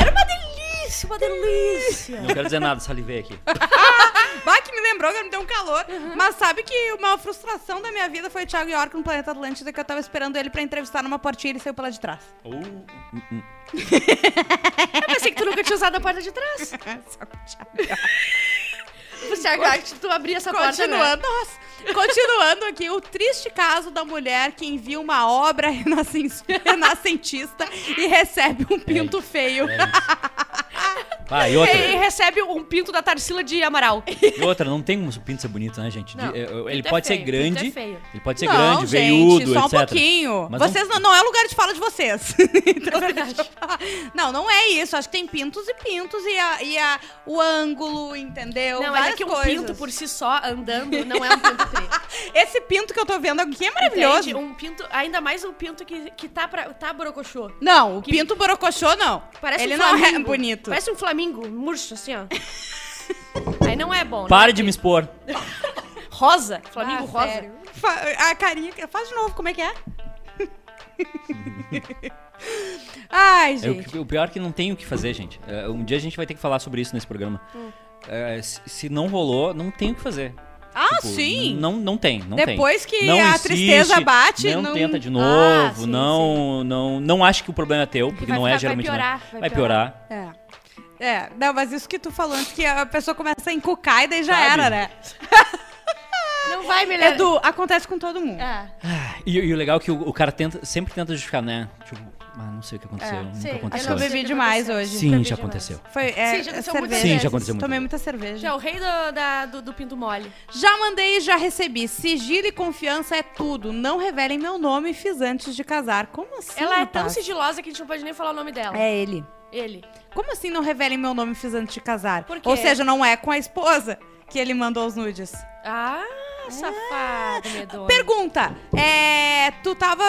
Era uma delícia, uma delícia. Não quero dizer nada, salivei aqui. Bah, que me lembrou que me deu um calor. Uhum. Mas sabe que uma frustração da minha vida foi o Thiago York no Planeta Atlântida, que eu tava esperando ele pra entrevistar numa portinha e ele saiu pela de trás. Uh, Eu pensei que tu nunca tinha usado a porta de trás. É, Só com o Thiago. Você agora que tu abria essa porta. né? Continuando, nossa. continuando aqui, o triste caso da mulher que envia uma obra renascen- renascentista e recebe um É. pinto feio. Vai, e outra. Ele recebe um pinto da Tarsila de Amaral. Então, E outra, não tem como o pinto ser bonito, né, gente? De- Não, eh, pinto ele é pode feio, ser pinto é grande. feio. ele pode ser não, grande, gente, veiudo, só etc. um pouquinho. Mas É não- vocês não... não é lugar de fala de vocês. então, verdade. deixa eu falar. Não, não é isso. Acho que tem pintos e pintos e, a, e a, o ângulo, entendeu? Não, mas Várias é que um coisas. pinto por si só andando não é um pinto tri. Esse pinto que eu tô vendo aqui é maravilhoso. Entende? Um pinto, ainda mais um pinto que, que tá, pra, tá borocochô. Não, o que- pinto borocochô não. Parece Ele um não flamingo. é bonito. Parece um flamingo, um murcho, assim, ó. Aí não é bom. Pare né? de me expor. Rosa. um Flamingo Ah, rosa. sério. Fa- a carinha. Faz de novo, como é que é? Ai, É, gente. o, o pior é que não tem o que fazer, gente. É, um dia a gente vai ter que falar sobre isso nesse programa. Hum. É, se, se não rolou, não tem o que fazer. Ah, Tipo, sim. Não, não tem, não tem. Depois que Não a insiste, tristeza bate, não, não- tenta de novo, Ah, sim, não, não, não acha que o problema é teu, porque vai não ficar- é vai geralmente. não é. piorar, vai vai piorar. É. É, não, mas isso que tu falou antes, que a pessoa começa a encucar e daí já Sabe? era, né? Não vai melhorar. Edu, acontece com todo mundo. Ah, Ah, E, e o legal é que o, o cara tenta, sempre tenta justificar, né? Tipo, ah, não sei o que aconteceu, É, nunca sei, eu não aconteceu. Eu sei o bebi que demais aconteceu. hoje. Sim, demais. já aconteceu. Foi, é, Sim, já aconteceu cerveja. muitas Sim, já aconteceu Tomei muitas vezes. muita cerveja. já é o rei do, da- do, do pinto mole. Já mandei e já recebi. Sigilo e confiança é tudo. Não revelem meu nome, fiz antes de casar. Como assim? Ela é rapaz? tão sigilosa que a gente não pode nem falar o nome dela. É ele. Ele. Como assim não revelem meu nome fiz antes de casar? Por quê? Ou seja, não é com a esposa que ele mandou os nudes. Ah, Ah, safado, medonho. Pergunta: é, tu tava.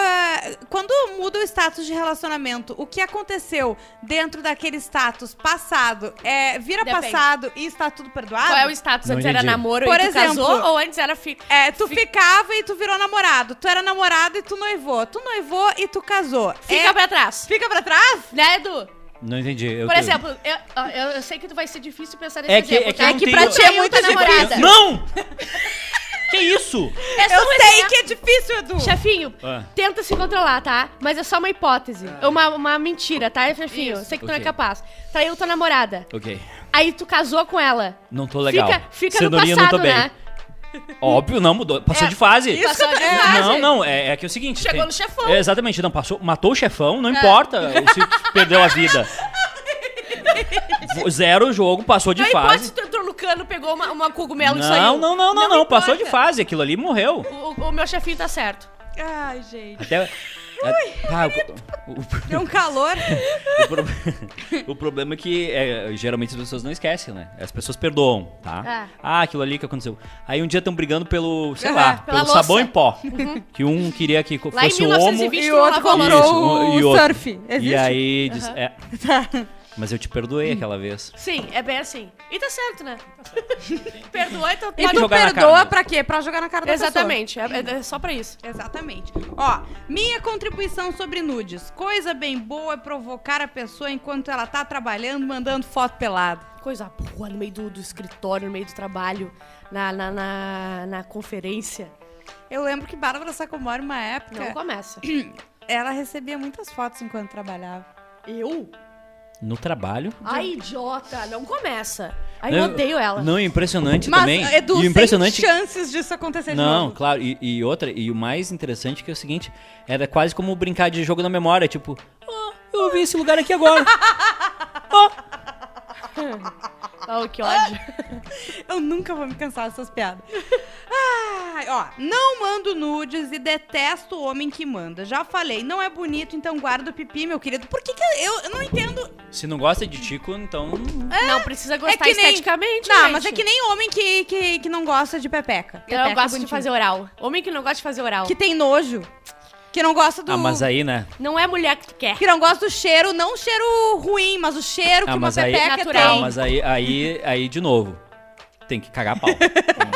Quando muda o status de relacionamento, o que aconteceu dentro daquele status passado? É, vira Depende. passado e está tudo perdoado? Qual é o status? Não Antes era entendi. namoro Por e tu exemplo- casou ou antes era filho? É, tu ficava e tu virou namorado. Tu era namorado e tu noivou. Tu noivou e tu casou. Fica É- pra trás. fica pra trás? Né, Edu? Não entendi. eu Por tô- exemplo, eu, ó, eu, eu sei que tu vai ser difícil pensar nesse É que- exemplo. é que tá? eu não tenho- traiu é muito tua difícil. namorada. Não! que isso? É só Eu um sei exemplo. que é difícil, Edu. Chefinho, Ah. tenta se controlar, tá? Mas é só uma hipótese. É uma, uma mentira, tá, chefinho? Sei que tu não é Ok. capaz. Traiu tua namorada. Ok. Aí tu casou com ela. Não tô legal. Fica, fica Cenourinha, no não passado, tô bem. né? É, Óbvio, não mudou. Passou de fase. isso Passou que eu de tô- fase. Não, não, é, é que é o seguinte. Chegou no chefão. É. É, exatamente, não passou, matou o chefão, não importa se perdeu a vida. Zero jogo, passou de Não importa então se fase. tu entrou no cano, pegou uma, uma cogumelo e saiu. Não, não, não, não, não, passou de importa. fase, aquilo ali morreu. O, o meu chefinho tá certo. Ai, gente. Até Ah, o, o- Deu um calor. o pro- o problema é que é, geralmente as pessoas não esquecem, né? As pessoas perdoam, tá? É. Ah, aquilo ali que aconteceu. Aí um dia estão brigando pelo, sei Aham, lá, pela pelo louça. Uhum. sabão em pó. Que um queria que Lá em fosse o homo 1920 E tu o não outro lavou a mão. comprou um- o e outro. surf. Existe? Hum. E aí diz, é, mas eu te perdoei aquela vez. Sim, é bem assim. E tá certo, né? Perdoou, então E Pode tu jogar na cara perdoa mesmo. pra quê? Pra jogar na cara da Exatamente, é, é só pra isso. pessoa. Exatamente. Ó, minha contribuição sobre nudes. Coisa bem boa é provocar a pessoa enquanto ela tá trabalhando, mandando foto pelada. Coisa boa, no meio do, do escritório, no meio do trabalho, na, na, na, na conferência. Eu lembro que Bárbara Sacomori, uma época, Não começa. ela recebia muitas fotos enquanto trabalhava. Eu? No trabalho? Ai, idiota, não começa. Ai, eu odeio ela. Não, e impressionante Mas, também. Edu, e o sem impressionante. chances disso acontecer de Não, novo. claro, e, e outra, e o mais interessante que é o seguinte, era quase como brincar de jogo na memória, tipo, ah, eu ouvi esse lugar aqui agora. Ah, que ódio. É, Eu nunca vou me cansar dessas piadas. Ai, ó, não mando nudes e detesto o homem que manda. Já falei, não é bonito, então guarda o pipi, meu querido. Por que que eu, eu não entendo? Se não gosta de Tico, então. Não precisa gostar é. que nem- esteticamente, Não, gente. mas é que nem homem que, que, que não gosta de pepeca. Eu Pepeca gosto de bonitinha. fazer oral. Homem que não gosta de fazer oral. Que tem nojo. Que não gosta do... Ah, mas aí, né? Não é mulher que tu quer. Que não gosta do cheiro, não o cheiro ruim, mas o cheiro que Ah, uma mas aí. pepeca É Natural. Ah, tem. mas aí, aí, aí, de novo. Tem que cagar pau.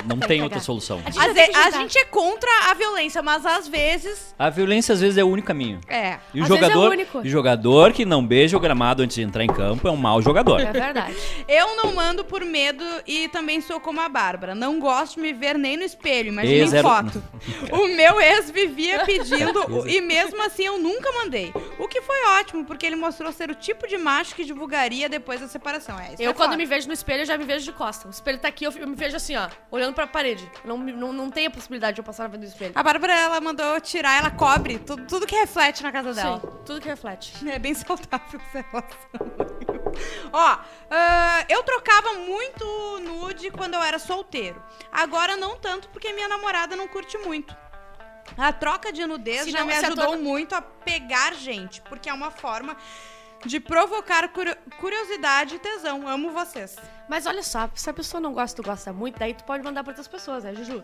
Não tem outra cagar. solução. A gente Às vai ve- ter que a juntar. gente é contra a violência, mas às vezes... A violência às vezes é o único caminho. É. E o Às vezes é o jogador, único. e o jogador que não beija o gramado antes de entrar em campo é um mau jogador. É verdade. Eu não mando por medo e também sou como a Bárbara. Não gosto de me ver nem no espelho, imagina Ex em era- foto. o meu ex vivia pedindo e mesmo assim eu nunca mandei. O que foi ótimo, porque ele mostrou ser o tipo de macho que divulgaria depois da separação. É, isso Eu, é quando foda. me vejo no espelho, eu já me vejo de costa. O espelho tá aqui, eu, fi- eu me vejo assim, ó, olhando pra parede. Eu Não, me- não, não tem a possibilidade de eu passar na frente do espelho. A Bárbara, ela mandou tirar, ela cobre tudo, tudo que reflete na casa dela. Sim, tudo que reflete. É bem saudável essa relação. Ó, ah, eu trocava muito nude quando eu era solteiro. Agora não tanto, porque minha namorada não curte muito. A troca de nudez Se já não, me se a ajudou tua- muito a pegar gente, porque é uma forma de provocar curio- curiosidade e tesão. Amo vocês. Mas olha só, se a pessoa não gosta, tu gosta muito, daí tu pode mandar pra outras pessoas, né, Juju?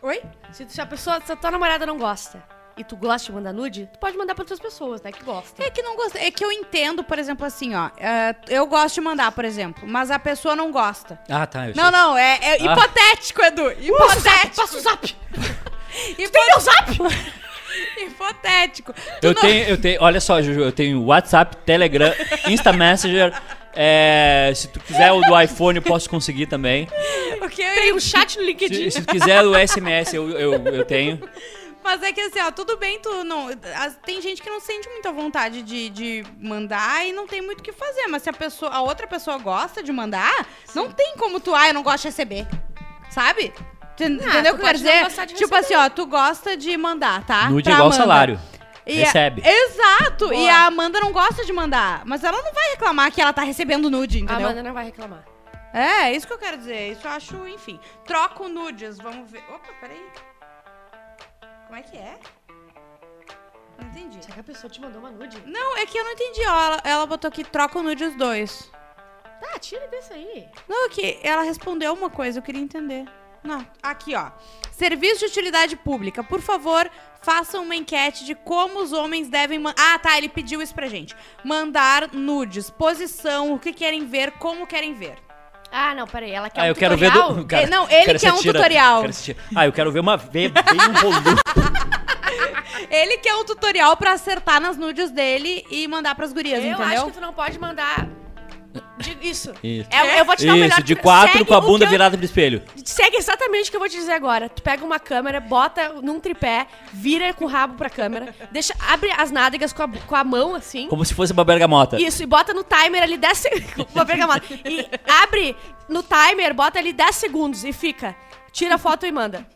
Oi? Se, tu- se a pessoa, se a tua namorada não gosta e tu gosta de mandar nude, tu pode mandar pra outras pessoas, né, que gostam. É que não gosto. É que eu entendo, por exemplo, assim, ó. ah, eu gosto de mandar, por exemplo, mas a pessoa não gosta. Ah, tá. Eu Não, não, é, é Ah. hipotético, Edu. Hipotético. Passa o zap! Hipo... Tem meu zap? hipotético. Tu Eu não- tenho, eu tenho, olha só, Juju, eu tenho WhatsApp, Telegram, Insta Messenger. é, se tu quiser o do iPhone, eu posso conseguir também. o que eu- Tem um chat no Se, LinkedIn. se tu quiser o SMS, eu, eu, eu tenho. Mas é que assim, ó, tudo bem, tu não. as- Tem gente que não sente muita vontade de, de mandar e não tem muito o que fazer. Mas se a, pessoa, a outra pessoa gosta de mandar, não tem como tu, ah, eu não gosto de receber. Sabe? Tu- Entendeu o que eu Ah, pode quero não dizer? gostar de Tipo assim, receber. ó, tu gosta de mandar, tá? Ah, Nude Pra é igual Amanda. salário. E a- Recebe. Exato! E Boa. a Amanda não gosta de mandar. Mas ela não vai reclamar que ela tá recebendo nude, A entendeu? Amanda não vai reclamar. É, é isso que eu quero dizer. Isso eu acho, enfim. Troco nudes, vamos ver. Opa, peraí. Como é que é? Não entendi. Será que a pessoa te mandou uma nude? Não, é que eu não entendi. Ó, ela, ela botou aqui troco nudes dois. Tá, tira desse aí. Não, é que ela respondeu uma coisa, eu queria entender. Não. Aqui, ó. Serviço de utilidade pública. Por favor, façam uma enquete de como os homens devem. man- Ah, tá, ele pediu isso pra gente. Mandar nudes, posição, o que querem ver, como querem ver. Ah, não, peraí, ela quer ah, um eu quero ver tutorial? do, cara, É, não, ele quero quer essa um tutorial. quero esse tira- Ah, eu quero ver uma V bem um volume. Ele quer um tutorial pra acertar nas nudes dele e mandar pras gurias, Eu entendeu? acho que tu não pode mandar. de- Isso. Isso. É, eu vou te dar o melhor Isso, de quatro Segue com a o bunda que eu- virada pro espelho. Segue exatamente o que eu vou te dizer agora. Tu pega uma câmera, bota num tripé, vira com o rabo pra câmera, deixa, abre as nádegas com a, bu- com a mão assim. Como se fosse uma bergamota. Isso, e bota no timer ali 10 segundos. Vou pegar a moto. E abre no timer, bota ali 10 segundos e fica. Tira a foto e manda.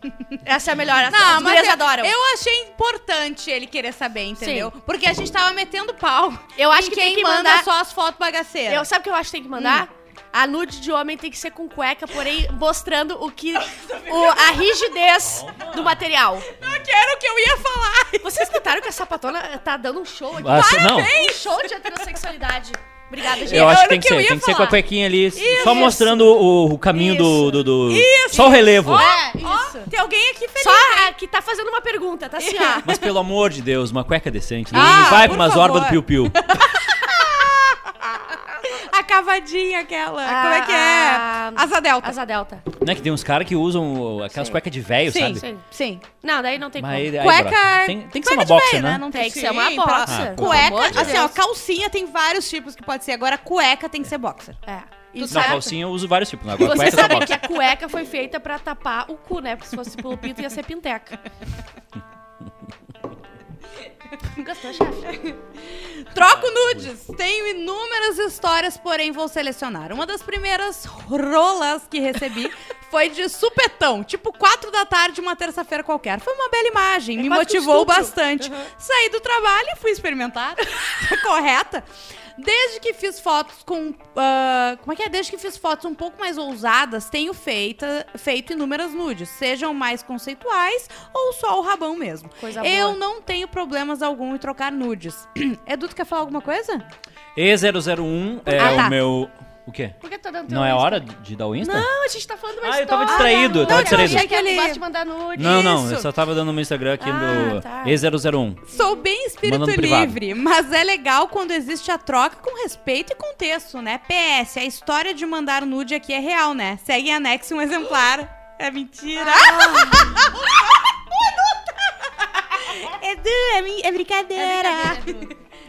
Essa é a melhor. Essa, as gurias Ah, eu, adoram. eu achei importante ele querer saber, entendeu? Sim. Porque a gente tava metendo pau. Eu acho em que quem tem que manda mandar- só as fotos bagaceiras. Eu, sabe o que eu acho que tem que mandar? A nude de homem tem que ser com cueca, porém mostrando o que. o- a rigidez do material. Não quero o que eu ia falar. Vocês notaram que a sapatona tá dando um show aqui? Ah, se- não. Um show de heterossexualidade. Obrigada, gente. Eu acho era que o tem que, que eu ser. ia Tem que ser com a falar. cuequinha ali, só Isso. mostrando o, o caminho do. Isso. do, do- Só o relevo. É, isso. Tem alguém aqui feliz. Só a que tá fazendo uma pergunta, tá assim, ó. Mas pelo amor de Deus, uma cueca decente. né? Não Ah, vai pra por umas orbas do favor. piu-piu. A cavadinha aquela. Ah, Como é que ah, é? Asa delta. Asa Delta. Não é que tem uns caras que usam aquelas cuecas de velho, Sim, sabe? sim, sim. Não, daí não tem Mas aí- como. aí, Cueca brother, é- Tem, tem que cueca ser uma de boxer, velho, né? né? Não Tem que ser sim, uma pra- boxa. Ah, pelo amor de Cueca, assim, ó, Deus. calcinha tem vários tipos que pode ser. Agora, cueca tem que ser boxer. É. E Não, sabe- calcinha eu uso vários tipos. Agora Você cueca é só sabe que boxer. a cueca foi feita pra tapar o cu, né? Porque se fosse pelo pinto ia ser pinteca. Nunca tua chefe. Troco nudes. Tenho inúmeras histórias, porém vou selecionar. Uma das primeiras rolas que recebi foi de supetão, tipo 4 da tarde, uma terça-feira qualquer. Foi uma bela imagem, me quase que um motivou estupro. bastante. Saí do trabalho e fui experimentar. Tá correta? Desde que fiz fotos com. ah, como é que é? Desde que fiz fotos um pouco mais ousadas, tenho feita, feito inúmeras nudes, sejam mais conceituais ou só o rabão mesmo. Coisa boa. Eu não tenho problemas algum em trocar nudes. Edu, tu quer falar alguma coisa? E001 é Ah, tá. Então o meu. O quê? Por que tu tá dando teu Não é Insta? hora de dar o Insta? Não, a gente tá falando uma Ah, eu tava história. distraído, eu Não, tava eu distraído. achei que ele Aquele- gosta de mandar nude. Não, não, Isso. eu só tava dando meu Instagram aqui Ah, do tá. E001. Sou bem espírito Manda no privado. livre, mas é legal quando existe a troca com respeito e contexto, né? PS, a história de mandar nude aqui é real, né? Segue em anexo um exemplar. É mentira. Edu, é, mi- é brincadeira.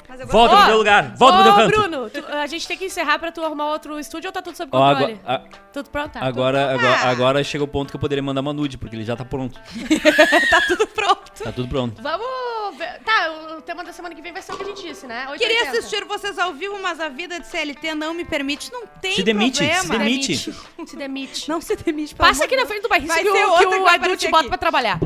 Mas eu gosto- Volta Ó, pro teu lugar, volta pro Ô, teu canto. Bruno, tu- a gente tem que encerrar pra tu arrumar outro estúdio ou tá tudo sob Ó, controle? agora, a- Tudo pronto? Tá, agora, agora, Ah. agora chega o ponto que eu poderia mandar uma nude, porque ele já tá pronto. tá tudo pronto. Tá tudo pronto. tudo- Vamos ver. Tá, o tema da semana que vem vai ser o que a gente disse, né? 880. Queria assistir vocês ao vivo, mas a vida de CLT não me permite. Não tem Se demite, problema. se demite. Se demite. Não se demite. pelo Passa amor aqui na frente do barril Vai que, o- ser que outra que o vai Edu te aparecer bota aqui. pra trabalhar.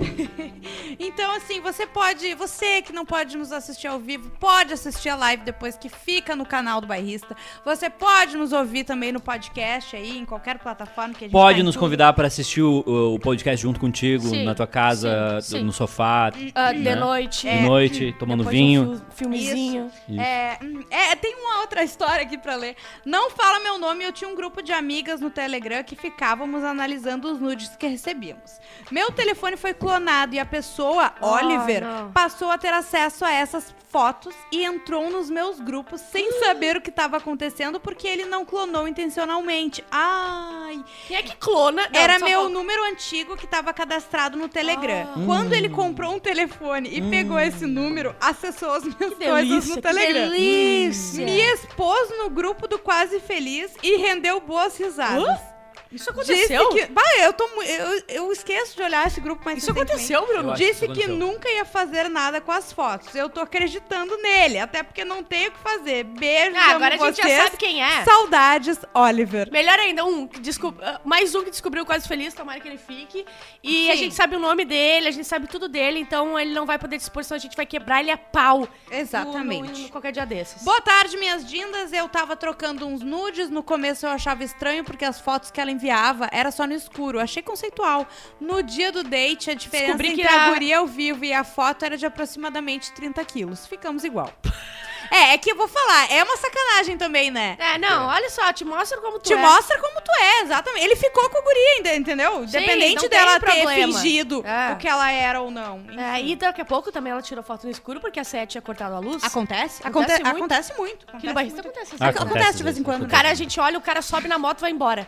Então, assim, você pode, você que não pode nos assistir ao vivo, pode assistir a live depois que fica no canal do Bairrista. Você pode nos ouvir também no podcast aí, em qualquer plataforma que a gente tá Pode em nos tudo. convidar pra assistir o, o podcast junto contigo, Sim, na tua casa, sim, do- sim. no sofá, Ah, né? de noite. de noite, tomando Depois de vinho. um fil- filmezinho. Isso. É, hum, é, tem uma outra história aqui pra ler. Não fala meu nome, eu tinha um grupo de amigas no Telegram que ficávamos analisando os nudes que recebíamos. Meu telefone foi clonado e a pessoa, Ah, Oliver, não. passou a ter acesso a essas fotos e entrou nos meus grupos sem saber o que estava acontecendo porque ele não clonou intencionalmente. Ai, Quem é que clona? Não, era só meu volta. número antigo que estava cadastrado no Telegram. Ah. Quando ele comprou um telefone e pegou esse número, acessou as minhas coisas delícia, no que Telegram. delícia. Me expôs no grupo do Quase Feliz e rendeu boas risadas. Isso Disse aconteceu? que. Bah, eu, tô, mu- eu, eu esqueço de olhar esse grupo mais Isso aconteceu, Bruno? Eu acho Disse que que aconteceu. nunca ia fazer nada com as fotos. Eu tô acreditando nele, até porque não tenho o que fazer. Beijo, Ah, agora a amo gente já vocês. sabe quem é. Saudades, Oliver. Melhor ainda, um que desco- ah, mais um que descobriu o Quase Feliz, tomara que ele fique. E a Sim. gente sabe o nome dele, a gente sabe tudo dele, então ele não vai poder dispor, senão a gente vai quebrar ele a pau. Exatamente. No, no- no qualquer dia desses. Boa tarde, minhas dindas. Eu tava trocando uns nudes. No começo eu achava estranho porque as fotos que ela enviava era só no escuro. Achei conceitual. No dia do date, a diferença Descobri que entre a a- guria ao vivo e a foto era de aproximadamente 30 quilos. Ficamos igual. é, é que eu vou falar. É uma sacanagem também, né? É, não, olha só, te mostra como tu Te é. mostra como tu é, exatamente. Ele ficou com a guria ainda, entendeu? Sim, Independente não tem dela ter problema. fingido É. o que ela era ou não. Enfim. É, e daqui a pouco também ela tirou foto no escuro, porque a Seth tinha cortado a luz. Acontece? Acontece Aconte- muito. Acontece muito. Aqui no Acontece barrista muito. acontece. Ah, Assim. acontece de vez em isso, quando. né? O cara, a gente olha, o cara sobe na moto e vai embora.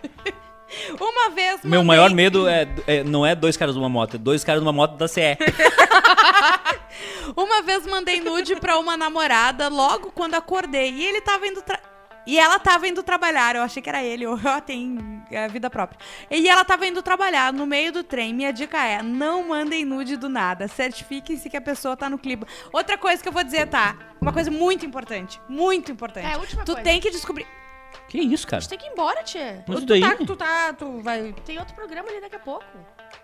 Uma vez. Meu mandei- maior medo é, é- não é dois caras numa moto, é dois caras numa moto da CE. Uma vez mandei nude pra uma namorada logo quando acordei. E ele tava indo. Tra... E ela tava indo trabalhar. Eu achei que era ele. Eu tem é, vida própria. E ela tava indo trabalhar no meio do trem. Minha dica é: não mandem nude do nada. Certifiquem-se que a pessoa tá no clima. Outra coisa que eu vou dizer, tá? Uma coisa muito importante. Muito importante. É, a última tu coisa. tem que descobrir. que isso, A cara? gente tem que ir embora, tia. tu Mas isso daí? tá, tu tá, tu vai. Tem outro programa ali daqui a pouco.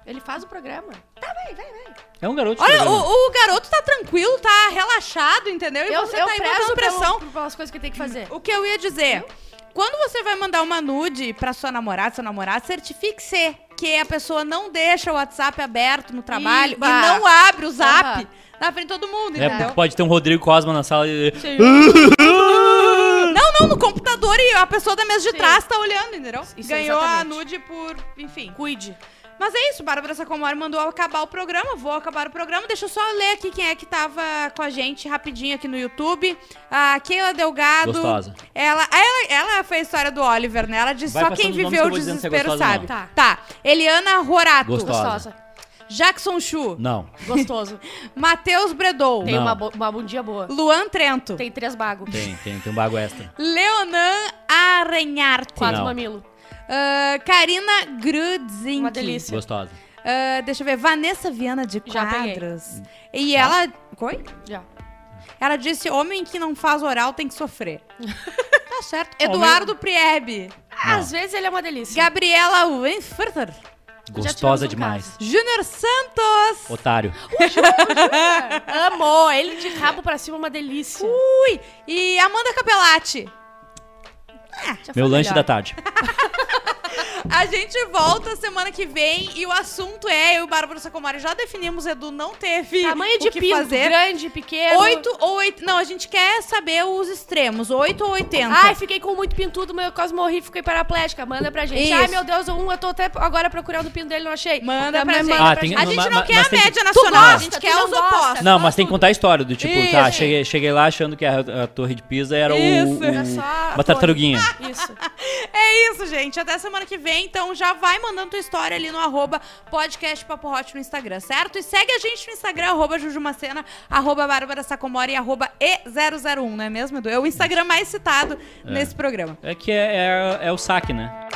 Ele faz o programa. Tá, vai, vai, vai. É um garoto. de Olha, programa. o, o garoto tá tranquilo, tá relaxado, entendeu? E você tá aí botando pressão. Pelo, pelas coisas que tem que fazer. O que eu ia dizer? Quando você vai mandar uma nude pra sua namorada, seu namorado, certifique-se que a pessoa não deixa o WhatsApp aberto no trabalho Iba. e não abre o zap Aham. na frente de todo mundo, É, entendeu? pode ter um Rodrigo Cosma na sala e. Hum. Não, não, no computador e a pessoa da mesa de Sim. trás tá olhando, entendeu? Isso, Ganhou a exatamente. nude por, enfim. Cuide. Mas é isso, Bárbara Sacomori mandou acabar o programa, vou acabar o programa. Deixa eu só ler aqui quem é que tava com a gente rapidinho aqui no YouTube. A Keila Delgado. Gostosa. Ela, ela, ela foi a história do Oliver, né? Ela diz Vai só quem passando os nomes viveu o que eu vou dizendo se é desespero gostosa sabe. ou não. Tá. Eliana Rorato. Gostosa. Gostosa. Jackson Chu. Não. Gostoso. Matheus Bredou. Tem Não. uma, bo uma bundinha boa. Luan Trento. Tem três bagos. Tem, tem, tem um bago extra. Leonan Arranharte. Quatro Não. mamilos. Ah, Karina ah, Grudzin. Uma delícia. Gostosa. deixa eu ver. Vanessa Viana de Já peguei. Quadros. E ela. Oi? Já. Ela disse: homem que não faz oral tem que sofrer. tá certo. Eduardo Priebe. Às vezes ele é uma delícia. Gabriela Winfurter. Gostosa tivemos um demais. Júnior Santos. Otário. Amor, ele de rabo pra cima é uma delícia. Ui. E Amanda Capelati. Já foi Meu lanche da é melhor. tarde. A gente volta semana que vem e o assunto é, eu e Bárbara Sacomari já definimos, Edu não teve Tamanho de o que piso, fazer. grande, pequeno. 8 ou 8. Não, a gente quer saber os extremos. 8 ou 80. Ai, fiquei com muito pintudo, mas eu quase morri, fiquei paraplégica. Manda pra gente. Isso. Ai, meu Deus, um, eu tô até agora procurando o pino dele, não achei. Manda Também pra gente. um Ah, tem- a gente ma- não ma- quer mas a tem que- média nacional, a gosta, gente tu quer não os gosta. opostos. Não, mas tem que contar a história do tipo, Isso. tá, cheguei, cheguei lá achando que a, a torre de Pisa era o- Isso. o, Era só a uma torre. tartaruguinha. Isso. É isso, gente. Até semana que vem. Então já vai mandando tua história ali no arroba podcast Papo Hot no Instagram, certo? E segue a gente no Instagram, arroba Jujumacena, arroba Bárbara Sacomori e um, arroba E001, não é mesmo, Edu? É o Instagram mais citado nesse programa. É que é, é, é o saque, né?